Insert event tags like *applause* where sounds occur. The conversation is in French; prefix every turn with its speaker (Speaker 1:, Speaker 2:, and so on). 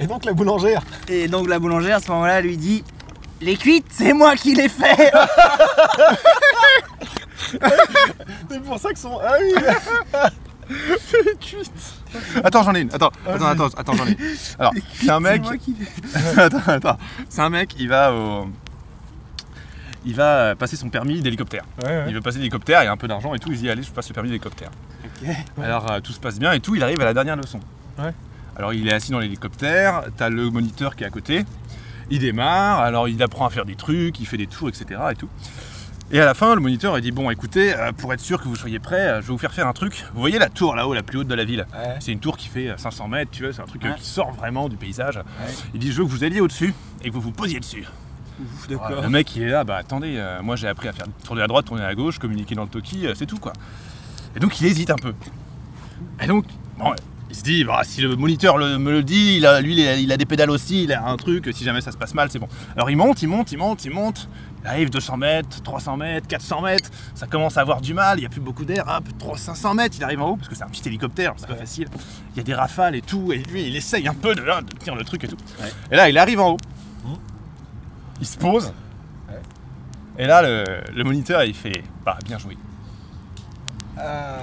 Speaker 1: Et donc la boulangère
Speaker 2: Et donc la boulangère à ce moment-là lui dit Les cuites, c'est moi qui les fais
Speaker 1: C'est pour ça que son. Ah oui Les cuites
Speaker 3: *laughs* Attends, j'en ai une. Attends, attends, attends, attends, j'en ai. une.
Speaker 2: *laughs*
Speaker 3: Alors, c'est un mec.
Speaker 2: C'est moi qui les fais.
Speaker 3: *laughs* attends, attends. C'est un mec, il va au. Il va passer son permis d'hélicoptère.
Speaker 1: Ouais,
Speaker 3: Il veut passer l'hélicoptère, il y a un peu d'argent et tout. Il se dit Allez, je passe le permis d'hélicoptère. Alors, euh, tout se passe bien et tout. Il arrive à la dernière leçon.
Speaker 1: Ouais.
Speaker 3: Alors, il est assis dans l'hélicoptère. T'as le moniteur qui est à côté. Il démarre. Alors, il apprend à faire des trucs, il fait des tours, etc. Et tout. Et à la fin, le moniteur, il dit Bon, écoutez, euh, pour être sûr que vous soyez prêts, euh, je vais vous faire faire un truc. Vous voyez la tour là-haut, la plus haute de la ville
Speaker 1: Ouais.
Speaker 3: c'est une tour qui fait euh, 500 mètres, tu vois, c'est un truc euh,
Speaker 2: Ouais.
Speaker 3: qui sort vraiment du paysage. Il dit, je veux que vous alliez au-dessus et que vous vous posiez dessus.
Speaker 2: D'accord.
Speaker 3: Le mec, il est là, bah attendez, euh, moi j'ai appris à faire tourner à droite, tourner à gauche, communiquer dans le toki, euh, c'est tout quoi. Et donc il hésite un peu. Et donc, bon, il se dit, bah, si le moniteur le- me le dit, il a- lui il a, il a des pédales aussi, il a un truc, si jamais ça se passe mal, c'est bon. Alors il monte, il monte, il monte, il monte, il arrive 200 mètres, 300 mètres, 400 mètres, ça commence à avoir du mal, il n'y a plus beaucoup d'air, hop, 300, 500 mètres, il arrive en haut, parce que c'est un petit hélicoptère, c'est pas facile. Il y a des rafales et tout, et lui il essaye un peu de, hein, de tenir le truc et tout. Et là il arrive en haut, il se pose, et là, le, le moniteur, il fait Bah, bien joué.
Speaker 1: Ah.
Speaker 2: Euh,